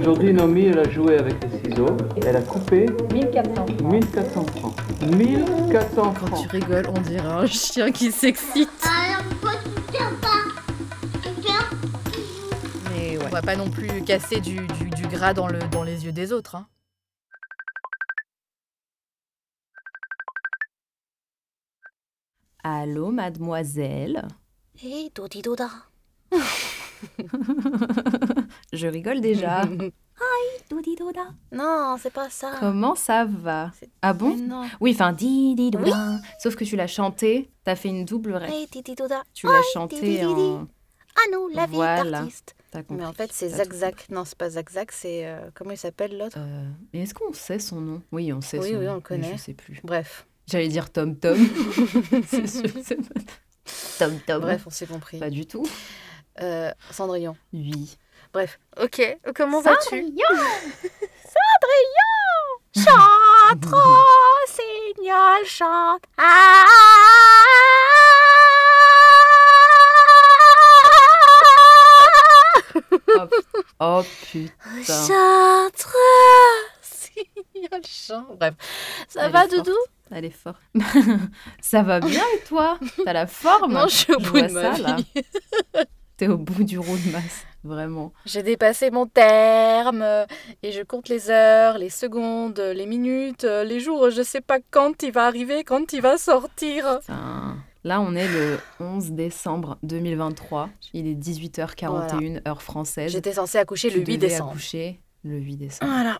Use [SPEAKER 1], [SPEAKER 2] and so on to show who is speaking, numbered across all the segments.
[SPEAKER 1] Aujourd'hui, Naomi, elle a joué avec les ciseaux. Elle a coupé
[SPEAKER 2] 1400.
[SPEAKER 1] 1400 francs. 1400
[SPEAKER 3] Quand tu
[SPEAKER 1] francs.
[SPEAKER 3] rigoles, on dirait un chien qui s'excite.
[SPEAKER 4] Oh. Ah, Alors, pourquoi tu tiens pas Tu tiens
[SPEAKER 3] Mais ouais, on va pas non plus casser du, du- du gras dans, le, dans les yeux des autres. hein.
[SPEAKER 5] Allô, mademoiselle
[SPEAKER 4] Hé, Dodi Doda.
[SPEAKER 5] Je rigole déjà. Dodi doda.
[SPEAKER 4] Non, c'est pas ça.
[SPEAKER 5] Comment ça va
[SPEAKER 4] C'est-
[SPEAKER 5] Ah bon
[SPEAKER 4] Mais non.
[SPEAKER 5] Oui, enfin, di di doda. Sauf que tu l'as chanté, t'as fait une double ref.
[SPEAKER 4] Hé, Dodi Doda.
[SPEAKER 5] Tu l'as
[SPEAKER 4] di, di,
[SPEAKER 5] chanté
[SPEAKER 4] di.
[SPEAKER 5] en.
[SPEAKER 4] Ah non, la vie
[SPEAKER 5] Voilà.
[SPEAKER 4] d'artiste.
[SPEAKER 5] T'as compris.
[SPEAKER 2] Mais en fait, c'est
[SPEAKER 5] t'as
[SPEAKER 2] Zach Zach. Non, c'est pas Zach Zach, c'est. euh, comment il s'appelle l'autre
[SPEAKER 5] Euh, mais est-ce qu'on sait son nom Oui, on sait
[SPEAKER 2] Oui,
[SPEAKER 5] son
[SPEAKER 2] oui,
[SPEAKER 5] nom.
[SPEAKER 2] on le
[SPEAKER 5] mais
[SPEAKER 2] connaît.
[SPEAKER 5] Je sais plus.
[SPEAKER 2] Bref,
[SPEAKER 5] J'allais dire Tom Tom. C'est sûr, c'est pas- Tom
[SPEAKER 3] Ah
[SPEAKER 5] Tom.
[SPEAKER 2] bref, on s'est compris.
[SPEAKER 5] Pas du tout.
[SPEAKER 2] Euh, Cendrillon.
[SPEAKER 5] Oui.
[SPEAKER 2] Bref. Ok, comment vas-tu
[SPEAKER 4] Chante, oh, signal, chante. Ah,
[SPEAKER 5] Oh
[SPEAKER 4] ah,
[SPEAKER 5] putain.
[SPEAKER 4] chante,
[SPEAKER 2] Signal chant. Bref. Ça
[SPEAKER 5] Elle
[SPEAKER 2] va,
[SPEAKER 5] est forte.
[SPEAKER 2] Doudou
[SPEAKER 5] Elle est forte. ça va bien et toi T'as la forme
[SPEAKER 2] Non, je suis au
[SPEAKER 5] Je
[SPEAKER 2] bout de
[SPEAKER 5] vois
[SPEAKER 2] ma
[SPEAKER 5] ça, là.
[SPEAKER 2] vie.
[SPEAKER 5] T'es au bout du road masse, vraiment.
[SPEAKER 2] J'ai dépassé mon terme euh, et je compte les heures, les secondes, les minutes, euh, les jours, je sais pas quand il va arriver, quand il va sortir.
[SPEAKER 5] Putain. Là, on est le 11 décembre 2023. Il est 18h41 heure française.
[SPEAKER 2] J'étais censée accoucher le
[SPEAKER 5] Tu
[SPEAKER 2] 8
[SPEAKER 5] devais
[SPEAKER 2] décembre.
[SPEAKER 5] accoucher le 8 décembre.
[SPEAKER 2] Voilà.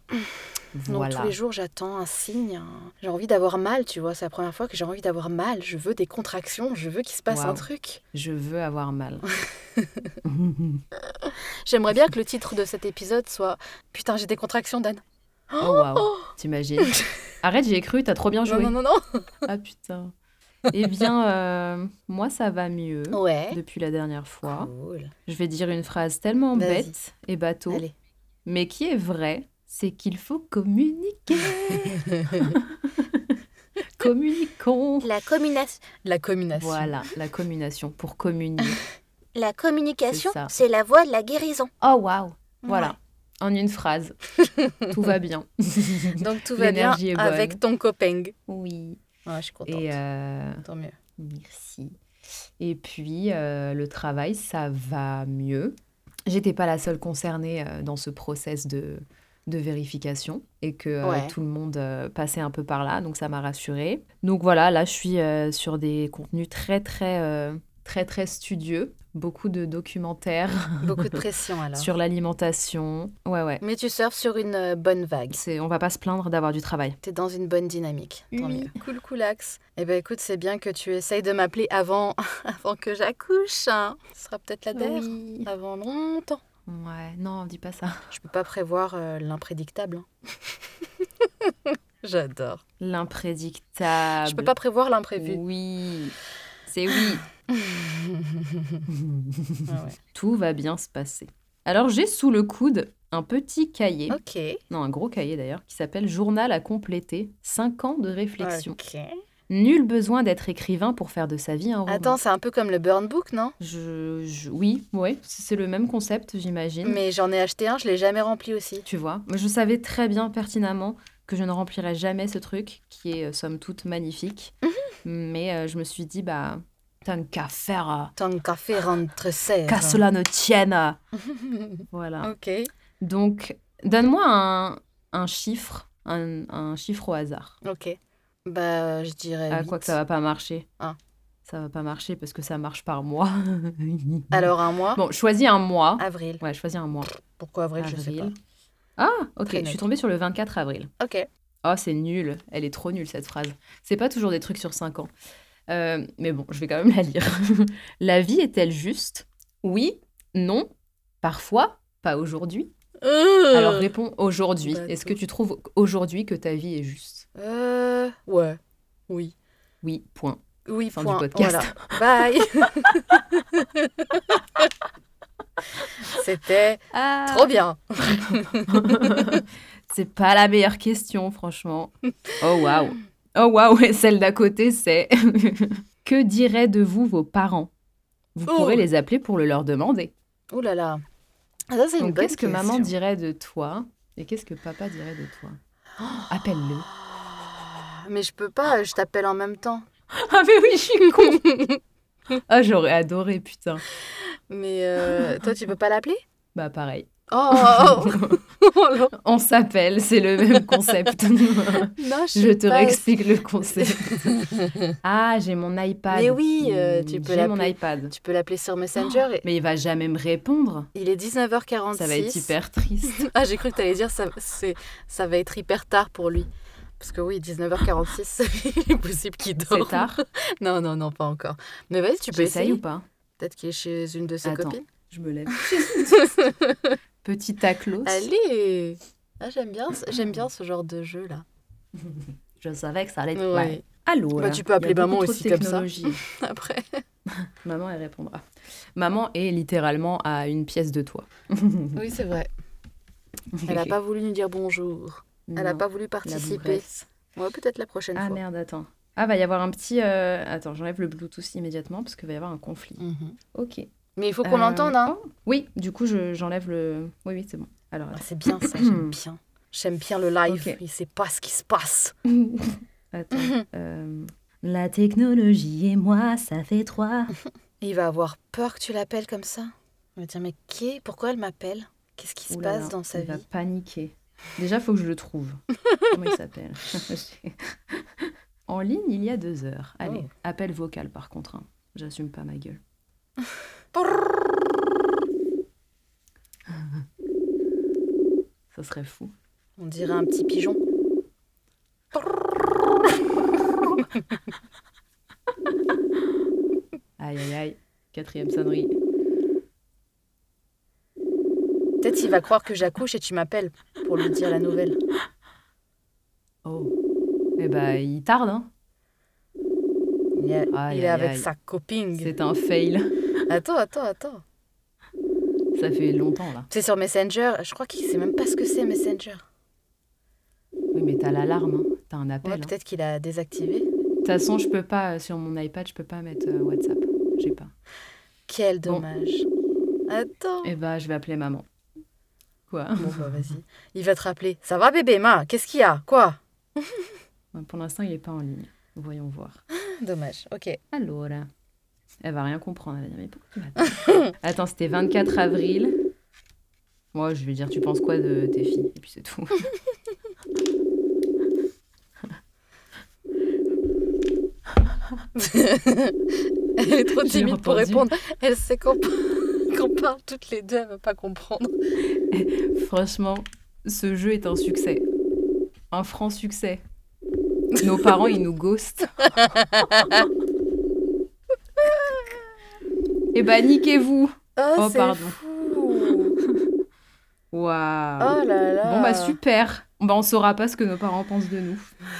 [SPEAKER 2] Donc
[SPEAKER 5] voilà.
[SPEAKER 2] tous les jours, j'attends un signe. un- J'ai envie d'avoir mal, tu vois. C'est la première fois que j'ai envie d'avoir mal. Je veux des contractions, je veux qu'il se passe un
[SPEAKER 5] Waouh.
[SPEAKER 2] truc.
[SPEAKER 5] Je veux avoir mal.
[SPEAKER 2] J'aimerais bien que le titre de cet épisode soit Putain, j'ai des contractions, Dan.
[SPEAKER 5] oh waouh, t'imagines Arrête, j'y ai cru, t'as trop bien
[SPEAKER 2] Oh, Non,
[SPEAKER 5] joué.
[SPEAKER 2] non, non, non.
[SPEAKER 5] Ah putain. Eh bien, euh, moi, ça va mieux
[SPEAKER 2] Ouais.
[SPEAKER 5] depuis la dernière fois.
[SPEAKER 2] Cool.
[SPEAKER 5] Je vais dire une phrase tellement
[SPEAKER 2] Vas-y.
[SPEAKER 5] bête et bateau,
[SPEAKER 2] Allez.
[SPEAKER 5] mais qui est vraie, c'est qu'il faut communiquer. Communiquons.
[SPEAKER 4] La, communa-
[SPEAKER 2] La communation.
[SPEAKER 5] Voilà, la communication pour communier.
[SPEAKER 4] la communication,
[SPEAKER 5] C'est ça.
[SPEAKER 4] c'est la voie de la guérison.
[SPEAKER 5] Oh waouh. Voilà, en une phrase. Tout va bien.
[SPEAKER 2] Donc tout va bien
[SPEAKER 5] L'énergie est bonne.
[SPEAKER 2] avec ton copain.
[SPEAKER 5] oui.
[SPEAKER 2] Ouais, je suis contente.
[SPEAKER 5] Et euh,
[SPEAKER 2] Tant mieux.
[SPEAKER 5] merci. Et puis euh, le travail, ça va mieux. J'étais pas la seule concernée euh, dans ce process de de vérification et que euh,
[SPEAKER 2] Ouais.
[SPEAKER 5] tout le monde euh, passait un peu par là, donc ça m'a rassurée. Donc voilà, là je suis euh, sur des contenus très très euh, très très studieux, beaucoup de documentaires
[SPEAKER 2] Beaucoup de pression alors.
[SPEAKER 5] sur l'alimentation. Ouais ouais,
[SPEAKER 2] Mais tu surfes sur une euh, bonne vague.
[SPEAKER 5] c'est on va pas se plaindre d'avoir du travail.
[SPEAKER 2] T'es dans une bonne dynamique. Tant
[SPEAKER 5] Oui.
[SPEAKER 2] mieux. Cool, coolax. Eh ben écoute, c'est bien que tu essayes de m'appeler avant, avant que j'accouche. hein. Ce sera peut-être la dernière.
[SPEAKER 5] Oui.
[SPEAKER 2] Avant longtemps.
[SPEAKER 5] Ouais, non, dis pas ça.
[SPEAKER 2] Je peux pas prévoir euh, l'imprédictable. hein. J'adore.
[SPEAKER 5] L'imprédictable.
[SPEAKER 2] Je peux pas prévoir l'imprévu.
[SPEAKER 5] Oui. C'est oui. Oh.
[SPEAKER 2] Ah ouais.
[SPEAKER 5] Tout va bien se passer. Alors j'ai sous le coude un petit cahier,
[SPEAKER 2] Ok.
[SPEAKER 5] non un gros cahier d'ailleurs, qui s'appelle Journal à compléter, 5 ans de réflexion.
[SPEAKER 2] Ok.
[SPEAKER 5] Nul besoin d'être écrivain pour faire de sa vie un roman.
[SPEAKER 2] Attends, c'est un peu comme le burn book, non
[SPEAKER 5] Je, je- oui, ouais, c'est le même concept j'imagine.
[SPEAKER 2] Mais j'en ai acheté un, je l'ai jamais rempli aussi.
[SPEAKER 5] Tu vois, mais je savais très bien pertinemment que je ne remplirais jamais ce truc, qui est euh, somme toute magnifique. Mais euh, je me suis dit, bah, tant qu'à faire, euh,
[SPEAKER 2] Tant qu'à faire entre 16.
[SPEAKER 5] qu'à cela Ah. ne tienne. Voilà.
[SPEAKER 2] Ok.
[SPEAKER 5] Donc, donne-moi un, un chiffre, un, un chiffre au hasard.
[SPEAKER 2] Ok. Bah, je dirais.
[SPEAKER 5] Ah,
[SPEAKER 2] huit.
[SPEAKER 5] quoi que ça va pas marcher.
[SPEAKER 2] Un.
[SPEAKER 5] Ça va pas marcher parce que ça marche par mois.
[SPEAKER 2] Alors, un mois
[SPEAKER 5] Bon, choisis un mois.
[SPEAKER 2] Avril.
[SPEAKER 5] Ouais, choisis un mois.
[SPEAKER 2] Pourquoi avril, Ah. Je sais
[SPEAKER 5] Avril.
[SPEAKER 2] pas.
[SPEAKER 5] Ah, ok,
[SPEAKER 2] Très
[SPEAKER 5] je suis
[SPEAKER 2] neutre.
[SPEAKER 5] tombée sur le 24 avril.
[SPEAKER 2] Ok.
[SPEAKER 5] Oh, c'est nul. Elle est trop nulle, cette phrase. C'est pas toujours des trucs sur 5 ans. Euh, mais bon, je vais quand même la lire. la vie est-elle juste Oui, non, parfois, pas aujourd'hui. Alors
[SPEAKER 2] Euh,
[SPEAKER 5] réponds aujourd'hui.
[SPEAKER 2] Bah,
[SPEAKER 5] Est-ce
[SPEAKER 2] tout.
[SPEAKER 5] que tu trouves aujourd'hui que ta vie est juste
[SPEAKER 2] euh, ouais. Oui.
[SPEAKER 5] Oui, point.
[SPEAKER 2] Oui,
[SPEAKER 5] Fin du
[SPEAKER 2] point.
[SPEAKER 5] podcast.
[SPEAKER 2] Voilà. Bye. C'était trop bien.
[SPEAKER 5] Ah. c'est pas la meilleure question, franchement. Oh waouh. Oh waouh, et celle d'à côté, c'est Que diraient de vous vos parents Vous
[SPEAKER 2] Oh.
[SPEAKER 5] pourrez les appeler pour le leur demander.
[SPEAKER 2] Ouh là là.
[SPEAKER 4] Ah, ça, c'est une
[SPEAKER 5] Donc,
[SPEAKER 4] bonne
[SPEAKER 5] qu'est-ce que maman
[SPEAKER 4] question.
[SPEAKER 5] dirait de toi et qu'est-ce que papa dirait de toi Appelle-le.
[SPEAKER 2] Mais je peux pas, je t'appelle en même temps.
[SPEAKER 5] Ah, mais oui, je suis con Ah, j'aurais adoré, putain.
[SPEAKER 2] Mais euh, toi, tu peux pas l'appeler
[SPEAKER 5] Bah, pareil.
[SPEAKER 2] Oh, oh, oh. Alors,
[SPEAKER 5] On s'appelle, c'est le même concept.
[SPEAKER 2] non, je,
[SPEAKER 5] je
[SPEAKER 2] suis
[SPEAKER 5] te
[SPEAKER 2] pas-
[SPEAKER 5] réexplique le concept. ah, j'ai mon iPad.
[SPEAKER 2] Mais oui, euh, tu peux
[SPEAKER 5] J'ai mon
[SPEAKER 2] l'appeler.
[SPEAKER 5] iPad.
[SPEAKER 2] Tu peux l'appeler sur Messenger. et-
[SPEAKER 5] Mais il va jamais me répondre.
[SPEAKER 2] Il est 19h46.
[SPEAKER 5] Oh. Ça va être hyper triste.
[SPEAKER 2] Ah, j'ai cru que t'allais dire ça, c'est, ça va être hyper tard pour lui. Parce que oui, 19h46, il est possible qu'il dorme.
[SPEAKER 5] C'est tard.
[SPEAKER 2] Non, non, non, pas encore. Mais vas-y, tu peux
[SPEAKER 5] J'essaye
[SPEAKER 2] essayer.
[SPEAKER 5] ou pas
[SPEAKER 2] Peut-être qu'il est chez une de ses
[SPEAKER 5] Attends.
[SPEAKER 2] copines.
[SPEAKER 5] Je me lève. Petit taclos.
[SPEAKER 2] Allez ah, j'aime, bien, ce- j'aime bien ce genre de jeu-là.
[SPEAKER 5] Je savais que ça allait être.
[SPEAKER 2] Ouais.
[SPEAKER 5] Ouais. Allô.
[SPEAKER 2] Bah,
[SPEAKER 5] là.
[SPEAKER 2] tu peux appeler
[SPEAKER 5] Il y a
[SPEAKER 2] maman
[SPEAKER 5] beaucoup trop
[SPEAKER 2] aussi
[SPEAKER 5] de
[SPEAKER 2] comme ça.
[SPEAKER 5] technologie.
[SPEAKER 2] Après,
[SPEAKER 5] Maman, elle répondra. Maman est littéralement à une pièce de toi.
[SPEAKER 2] oui, c'est vrai. Elle n'a pas voulu nous dire bonjour. Elle n'a
[SPEAKER 5] Non,
[SPEAKER 2] pas voulu
[SPEAKER 5] la
[SPEAKER 2] participer.
[SPEAKER 5] bougresse.
[SPEAKER 2] Ouais, peut-être la prochaine
[SPEAKER 5] Ah
[SPEAKER 2] fois.
[SPEAKER 5] merde, attends. Ah, va y avoir un petit. euh, Attends, j'enlève le Bluetooth immédiatement parce qu'il va y avoir un conflit.
[SPEAKER 2] Mhm.
[SPEAKER 5] Ok.
[SPEAKER 2] Mais il faut qu'on
[SPEAKER 5] Euh,
[SPEAKER 2] l'entende, hein.
[SPEAKER 5] Oui, du coup, je- j'enlève le. Oui, oui, c'est bon. Alors,
[SPEAKER 2] Ah, c'est bien ça, j'aime bien. J'aime bien le live.
[SPEAKER 5] Ok.
[SPEAKER 2] Il sait pas ce qui se passe.
[SPEAKER 5] attends. euh, La technologie et moi, ça fait trois.
[SPEAKER 2] Il va avoir peur que tu l'appelles comme ça. Il va dire mais qui Pourquoi elle m'appelle Qu'est-ce qui se
[SPEAKER 5] Ouh là
[SPEAKER 2] passe
[SPEAKER 5] là,
[SPEAKER 2] dans sa
[SPEAKER 5] il va
[SPEAKER 2] vie
[SPEAKER 5] paniquer. Déjà, faut que je le trouve. Comment il s'appelle En ligne, il y a deux heures. Allez,
[SPEAKER 2] Oh.
[SPEAKER 5] appel vocal par contre. hein. J'assume pas ma gueule. Ça serait fou.
[SPEAKER 2] On dirait un petit pigeon.
[SPEAKER 5] Aïe, aïe, aïe. Quatrième sonnerie.
[SPEAKER 2] Peut-être il va croire que j'accouche et tu m'appelles pour lui dire la nouvelle.
[SPEAKER 5] Oh. Eh ben, il tarde, hein.
[SPEAKER 2] Il est,
[SPEAKER 5] Aïe,
[SPEAKER 2] il est
[SPEAKER 5] aïe,
[SPEAKER 2] avec
[SPEAKER 5] aïe.
[SPEAKER 2] sa copine.
[SPEAKER 5] C'est un fail.
[SPEAKER 2] Attends, attends, attends.
[SPEAKER 5] Ça fait longtemps, là.
[SPEAKER 2] C'est sur Messenger. Je crois qu'il sait même pas ce que c'est Messenger.
[SPEAKER 5] Oui, mais t'as l'alarme, hein. T'as un
[SPEAKER 2] Ouais,
[SPEAKER 5] appel. hein. De
[SPEAKER 2] peut-être qu'il a désactivé.
[SPEAKER 5] toute façon, je peux pas, euh, sur mon iPad, je peux pas mettre euh, WhatsApp. J'ai pas.
[SPEAKER 2] Quel
[SPEAKER 5] Bon.
[SPEAKER 2] dommage. Attends.
[SPEAKER 5] Eh ben, je vais appeler maman. Quoi
[SPEAKER 2] Bon bah vas-y. Il va te rappeler. Ça va bébé, ma Qu'est-ce qu'il y a Quoi
[SPEAKER 5] Ouais, Bah, Pour l'instant, il est pas en ligne. Voyons voir.
[SPEAKER 2] Dommage. Ok.
[SPEAKER 5] Alors, elle va rien comprendre. Elle va dire, mais pourquoi tu m'appelles Attends, c'était 24 avril. Moi, je vais dire, tu penses quoi de tes filles Et puis c'est tout.
[SPEAKER 2] Elle est trop
[SPEAKER 5] J'ai
[SPEAKER 2] timide pour
[SPEAKER 5] entendu.
[SPEAKER 2] répondre. Elle sait qu'on qu'on parle toutes les deux, elle ne veut pas comprendre.
[SPEAKER 5] Franchement, ce jeu est un succès. Un franc succès. Nos parents, ils nous ghostent. Eh ben, niquez-vous
[SPEAKER 2] Oh,
[SPEAKER 5] Oh,
[SPEAKER 2] c'est
[SPEAKER 5] pardon.
[SPEAKER 2] fou.
[SPEAKER 5] Waouh
[SPEAKER 2] Oh là là.
[SPEAKER 5] Bon bah super. Bah on saura pas ce que nos parents pensent de nous.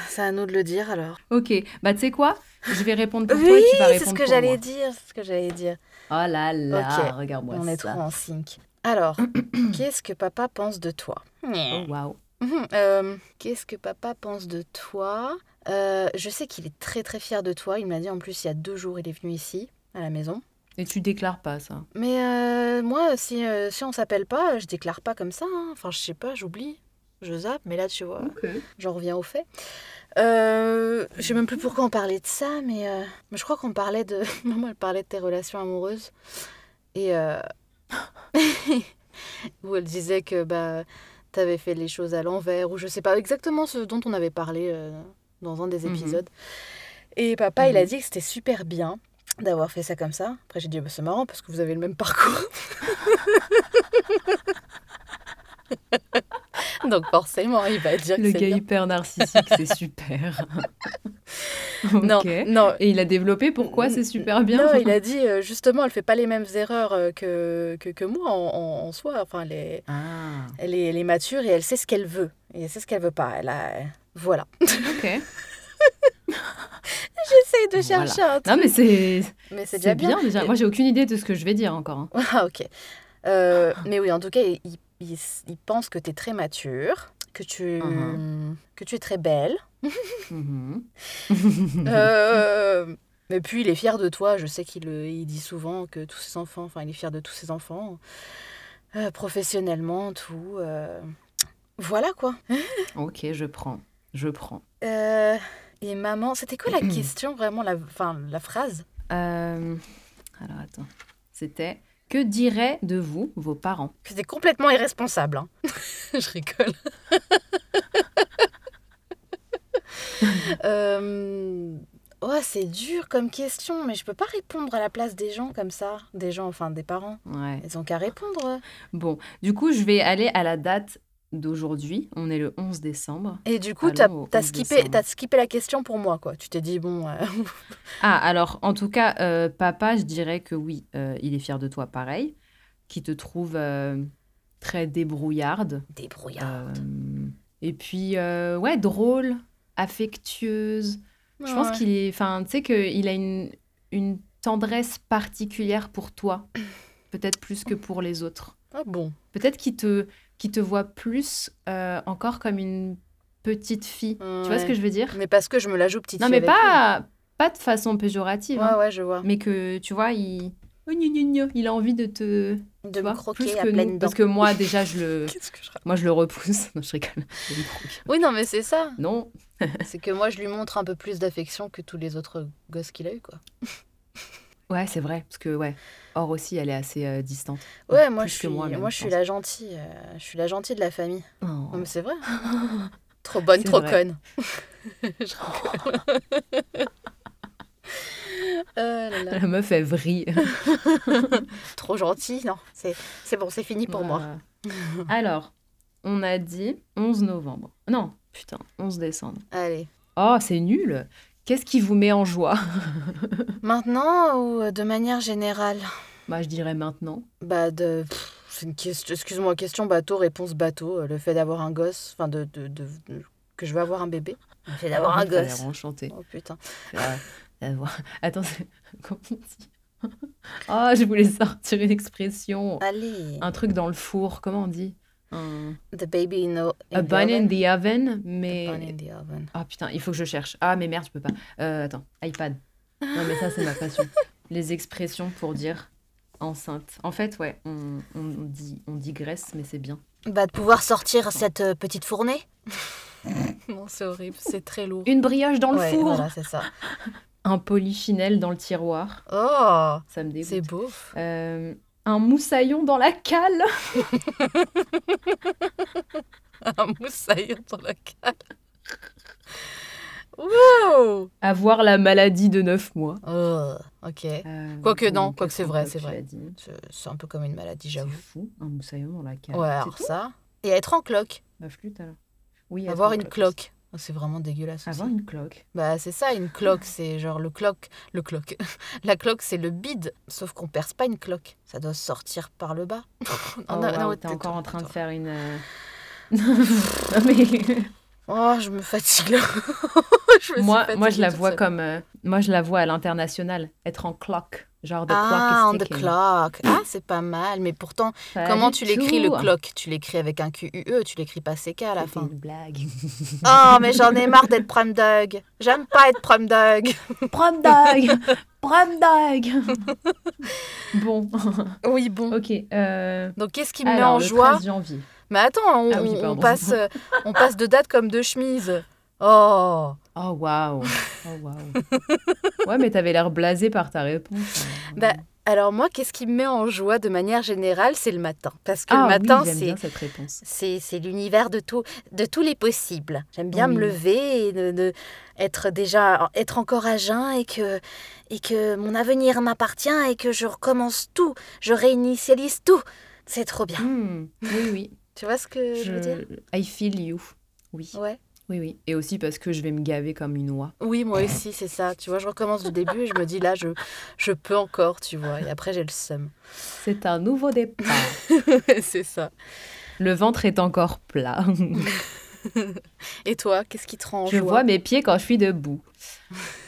[SPEAKER 2] C'est à nous de le dire alors.
[SPEAKER 5] Ok. Bah tu sais quoi Je vais répondre pour toi
[SPEAKER 2] Oui,
[SPEAKER 5] et tu vas répondre
[SPEAKER 2] c'est ce que
[SPEAKER 5] pour moi.
[SPEAKER 2] j'allais dire. C'est ce que j'allais dire.
[SPEAKER 5] Oh là là,
[SPEAKER 2] Ok.
[SPEAKER 5] regarde-moi
[SPEAKER 2] On est trop
[SPEAKER 5] ça.
[SPEAKER 2] en sync. Alors, qu'est-ce que papa pense de toi Mmh,
[SPEAKER 5] Oh waouh.
[SPEAKER 2] Euh, Qu'est-ce que papa pense de toi Euh, Je sais qu'il est très très fier de toi. Il me l'a dit en plus il y a deux jours, il est venu ici, à la maison.
[SPEAKER 5] Et tu déclares pas ça.
[SPEAKER 2] Mais euh, moi, si, euh, si on s'appelle pas, je déclare pas comme ça. hein. Enfin, je sais pas, j'oublie, je zappe, mais là, tu vois, j'en reviens au fait. Euh, je sais même plus pourquoi on parlait de ça, mais, euh, mais je crois qu'on parlait de. Maman, elle parlait de tes relations amoureuses. Et. euh, où elle disait que bah, t'avais fait les choses à l'envers, ou je sais pas exactement ce dont on avait parlé euh, dans un des
[SPEAKER 5] Mhm.
[SPEAKER 2] épisodes. Et papa, il a
[SPEAKER 5] Mhm.
[SPEAKER 2] dit que c'était super bien d'avoir fait ça comme ça. Après, j'ai dit, bah, c'est marrant parce que vous avez le même parcours. Donc, forcément, il va dire que
[SPEAKER 5] Le gars
[SPEAKER 2] c'est bien.
[SPEAKER 5] hyper narcissique, c'est super. ok.
[SPEAKER 2] Non, non.
[SPEAKER 5] Et il a développé pourquoi c'est super bien.
[SPEAKER 2] Non, il a dit euh, justement, elle fait pas les mêmes erreurs euh, que, que, que moi en, en- en soi. Enfin, elle est,
[SPEAKER 5] Ah.
[SPEAKER 2] elle, est, elle est mature et elle sait ce qu'elle veut. Et elle sait ce qu'elle veut pas. Elle a... Voilà.
[SPEAKER 5] Ok.
[SPEAKER 2] J'essaye de
[SPEAKER 5] Voilà.
[SPEAKER 2] chercher un truc.
[SPEAKER 5] Non mais c'est
[SPEAKER 2] Mais c'est
[SPEAKER 5] c'est
[SPEAKER 2] déjà
[SPEAKER 5] bien, déjà. Moi j'ai aucune idée de ce que je vais dire encore. hein.
[SPEAKER 2] Ah, ok. Euh, mais oui, en tout cas, il, il- il pense que tu es très mature, que tu,
[SPEAKER 5] Mhm.
[SPEAKER 2] que tu es très belle.
[SPEAKER 5] Mhm.
[SPEAKER 2] Euh, mais puis, il est fier de toi. Je sais qu'il euh, il dit souvent que tous ses enfants, enfin, il est fier de tous ses enfants. euh, professionnellement, tout. euh, Voilà quoi.
[SPEAKER 5] Ok, je prends. Je prends.
[SPEAKER 2] Euh, et maman, c'était quoi la question vraiment, la, enfin, la phrase
[SPEAKER 5] Euh, Alors attends. C'était Que diraient de vous vos parents
[SPEAKER 2] C'était complètement irresponsable. hein. Je rigole. Euh, ouais, c'est dur comme question, mais je peux pas répondre à la place des gens comme ça. Des gens, enfin des parents.
[SPEAKER 5] Ouais.
[SPEAKER 2] Ils ont qu'à répondre. eux.
[SPEAKER 5] Bon, du coup, je vais aller à la date d'aujourd'hui. On est le 11 décembre.
[SPEAKER 2] Et du coup, t'as
[SPEAKER 5] Allons au
[SPEAKER 2] as
[SPEAKER 5] 11
[SPEAKER 2] skippé,
[SPEAKER 5] décembre.
[SPEAKER 2] t'as skippé la question pour moi, quoi. Tu t'es dit, bon, euh,
[SPEAKER 5] Ah, alors, en tout cas, euh, papa, je dirais que oui, euh, il est fier de toi, pareil. Qui te trouve euh, très débrouillarde.
[SPEAKER 2] débrouillard.
[SPEAKER 5] Euh, et puis, euh, ouais, drôle, affectueuse. Je pense qu'il est. Enfin, tu sais qu'il a une, une tendresse particulière pour toi. Peut-être plus que pour les autres.
[SPEAKER 2] Ah bon.
[SPEAKER 5] Peut-être qu'il te, qu'il te voit plus euh, encore comme une petite fille. Tu vois ce
[SPEAKER 2] Ouais.
[SPEAKER 5] que je veux dire
[SPEAKER 2] Mais parce que je me la joue petite.
[SPEAKER 5] Non,
[SPEAKER 2] fille avec
[SPEAKER 5] mais pas, pas de façon
[SPEAKER 2] eux.
[SPEAKER 5] péjorative. hein.
[SPEAKER 2] Ouais, ouais, je vois.
[SPEAKER 5] Mais que, tu vois, il. Oh, gna, gna, gna, Il a envie de te.
[SPEAKER 4] De
[SPEAKER 5] tu vois,
[SPEAKER 4] me
[SPEAKER 5] plus
[SPEAKER 4] croquer à
[SPEAKER 5] que nous.
[SPEAKER 4] pleines dents.
[SPEAKER 5] Parce que moi, déjà, je le,
[SPEAKER 2] Qu'est-ce que je raconte
[SPEAKER 5] moi, je le repousse. Non, je rigole. Je le croque.
[SPEAKER 2] Oui, non, mais c'est ça.
[SPEAKER 5] Non,
[SPEAKER 2] C'est que moi, je lui montre un peu plus d'affection que tous les autres gosses qu'il a eu, quoi.
[SPEAKER 5] Ouais, c'est vrai, parce que ouais, Or aussi, elle est assez euh, distante.
[SPEAKER 2] Ouais, moi,
[SPEAKER 5] Plus
[SPEAKER 2] je
[SPEAKER 5] que
[SPEAKER 2] suis, moi,
[SPEAKER 5] moi-même,
[SPEAKER 2] je
[SPEAKER 5] je
[SPEAKER 2] suis la gentille. euh, je suis la gentille de la famille.
[SPEAKER 5] Oh.
[SPEAKER 2] Non, mais c'est vrai. trop bonne,
[SPEAKER 5] C'est
[SPEAKER 2] trop
[SPEAKER 5] vrai.
[SPEAKER 2] conne. Je rigole. Euh, là, là.
[SPEAKER 5] La meuf, elle vrille.
[SPEAKER 2] Trop gentille, non. C'est c'est bon, c'est fini pour moi.
[SPEAKER 5] Ouais. Alors, on a dit 11 novembre. Non, putain, 11 décembre.
[SPEAKER 2] Allez.
[SPEAKER 5] Oh, c'est nul. Qu'est-ce qui vous met en joie
[SPEAKER 2] Maintenant ou euh, de manière générale
[SPEAKER 5] Bah, je dirais maintenant.
[SPEAKER 2] Bah de... pff, C'est une question... Excuse-moi, question bateau, réponse bateau. Euh, Le fait d'avoir un gosse, enfin de, de, de- de- Que je vais avoir un bébé. Le fait d'avoir un
[SPEAKER 5] T'as l'air
[SPEAKER 2] gosse.
[SPEAKER 5] enchantée.
[SPEAKER 2] Oh putain.
[SPEAKER 5] Euh, d'avoir- Attends, c'est- comment on dit Oh, je voulais sortir une expression.
[SPEAKER 2] Allez.
[SPEAKER 5] Un truc dans le four, comment on dit Un-
[SPEAKER 2] The baby in, o- in
[SPEAKER 5] A
[SPEAKER 2] the
[SPEAKER 5] bun in
[SPEAKER 2] oven.
[SPEAKER 5] the oven,
[SPEAKER 2] A bun
[SPEAKER 5] mais
[SPEAKER 2] in the oven.
[SPEAKER 5] Ah putain, il faut que je cherche. Ah mais merde, je peux pas. Euh, attends, iPad. Non mais ça c'est ma passion. Les expressions pour dire enceinte. En fait, ouais, on, on dit on digresse, mais c'est bien.
[SPEAKER 4] Bah, de pouvoir sortir cette euh, petite fournée.
[SPEAKER 2] Non, c'est horrible, c'est très lourd.
[SPEAKER 5] Une brioche dans le
[SPEAKER 2] Ouais,
[SPEAKER 5] four.
[SPEAKER 2] voilà, c'est ça.
[SPEAKER 5] Un polichinelle dans le tiroir.
[SPEAKER 2] Oh,
[SPEAKER 5] Ça me
[SPEAKER 2] c'est
[SPEAKER 5] dégoûte.
[SPEAKER 2] beau.
[SPEAKER 5] Euh, un moussaillon dans la cale.
[SPEAKER 2] Un moussaillon dans la cale. Wow
[SPEAKER 5] Avoir la maladie de 9 mois.
[SPEAKER 2] Oh, ok.
[SPEAKER 5] Euh,
[SPEAKER 2] Quoique non,
[SPEAKER 5] oui,
[SPEAKER 2] quoique c'est
[SPEAKER 5] qu'est-ce
[SPEAKER 2] vrai,
[SPEAKER 5] qu'on
[SPEAKER 2] c'est
[SPEAKER 5] peut que
[SPEAKER 2] vrai.
[SPEAKER 5] tu as dit
[SPEAKER 2] C'est c'est un peu comme une maladie,
[SPEAKER 5] C'est
[SPEAKER 2] j'avoue.
[SPEAKER 5] fou, un moussaillon dans la cale.
[SPEAKER 2] Ouais,
[SPEAKER 5] C'est
[SPEAKER 2] alors
[SPEAKER 5] tout
[SPEAKER 2] ça. Et être en cloque.
[SPEAKER 5] Ma flûte alors. Oui,
[SPEAKER 2] Avoir
[SPEAKER 5] attends,
[SPEAKER 2] une cloque. Oh, C'est vraiment dégueulasse aussi.
[SPEAKER 5] Avoir une cloque.
[SPEAKER 2] Bah, c'est ça, une cloque, c'est genre le cloque. Le cloque. La cloque, c'est le bide. Sauf qu'on perce pas une cloque. Ça doit sortir par le bas. Non,
[SPEAKER 5] Oh,
[SPEAKER 2] non,
[SPEAKER 5] waouh,
[SPEAKER 2] non,
[SPEAKER 5] t'es
[SPEAKER 2] tais-toi,
[SPEAKER 5] encore en train de
[SPEAKER 2] tais-toi.
[SPEAKER 5] faire une. euh, non, mais
[SPEAKER 2] Oh, je me fatigue là. je me suis
[SPEAKER 5] moi,
[SPEAKER 2] fatiguée
[SPEAKER 5] moi, je la
[SPEAKER 2] toute
[SPEAKER 5] vois
[SPEAKER 2] seule.
[SPEAKER 5] comme. euh, moi, je la vois à l'international, être en clock. Genre, the
[SPEAKER 2] Ah, on
[SPEAKER 5] clock is
[SPEAKER 2] the
[SPEAKER 5] ticking.
[SPEAKER 2] clock. Ah, c'est pas mal. Mais pourtant,
[SPEAKER 5] Pas
[SPEAKER 2] comment
[SPEAKER 5] du
[SPEAKER 2] tu l'écris le
[SPEAKER 5] tout.
[SPEAKER 2] clock Tu l'écris avec un QUE, tu l'écris pas CK à la
[SPEAKER 5] C'était
[SPEAKER 2] fin.
[SPEAKER 5] une blague.
[SPEAKER 2] Oh, mais j'en ai marre d'être prom dog. J'aime pas être prom dog.
[SPEAKER 5] Prom dog Prom dog Bon,
[SPEAKER 2] Oui, bon.
[SPEAKER 5] ok. euh,
[SPEAKER 2] Donc, qu'est-ce qui me met
[SPEAKER 5] alors,
[SPEAKER 2] en
[SPEAKER 5] le
[SPEAKER 2] joie
[SPEAKER 5] 13 janvier.
[SPEAKER 2] Mais attends, on,
[SPEAKER 5] Ah oui,
[SPEAKER 2] on
[SPEAKER 5] pardon.
[SPEAKER 2] passe, euh, on passe de date comme de chemise. Oh
[SPEAKER 5] Oh, waouh Oh, waouh Ouais, mais t'avais l'air blasé par ta réponse.
[SPEAKER 2] Bah, Alors moi, qu'est-ce qui me met en joie de manière générale C'est le matin. Parce que
[SPEAKER 5] Ah
[SPEAKER 2] le
[SPEAKER 5] oui,
[SPEAKER 2] matin,
[SPEAKER 5] j'aime
[SPEAKER 2] c'est...
[SPEAKER 5] bien cette réponse.
[SPEAKER 4] C'est c'est l'univers de, tout, de tous les possibles.
[SPEAKER 2] J'aime bien me
[SPEAKER 5] Oui.
[SPEAKER 2] lever et de, de être déjà être encore à jeun et que
[SPEAKER 4] Et que mon avenir m'appartient et que je recommence tout. Je réinitialise tout. C'est trop bien.
[SPEAKER 5] Hmm, oui, oui.
[SPEAKER 2] tu vois ce que je, veux dire
[SPEAKER 5] I feel you. Oui.
[SPEAKER 2] Ouais.
[SPEAKER 5] Oui, oui. Et aussi parce que je vais me gaver comme une oie.
[SPEAKER 2] Oui, moi aussi, c'est ça. Tu vois, je recommence du début et je me dis là, je je peux encore, tu vois. Et après, j'ai le seum.
[SPEAKER 5] C'est un nouveau départ.
[SPEAKER 2] c'est ça.
[SPEAKER 5] Le ventre est encore plat.
[SPEAKER 2] Et toi, qu'est-ce qui te rend en
[SPEAKER 5] je
[SPEAKER 2] joie
[SPEAKER 5] vois mes pieds quand je suis debout.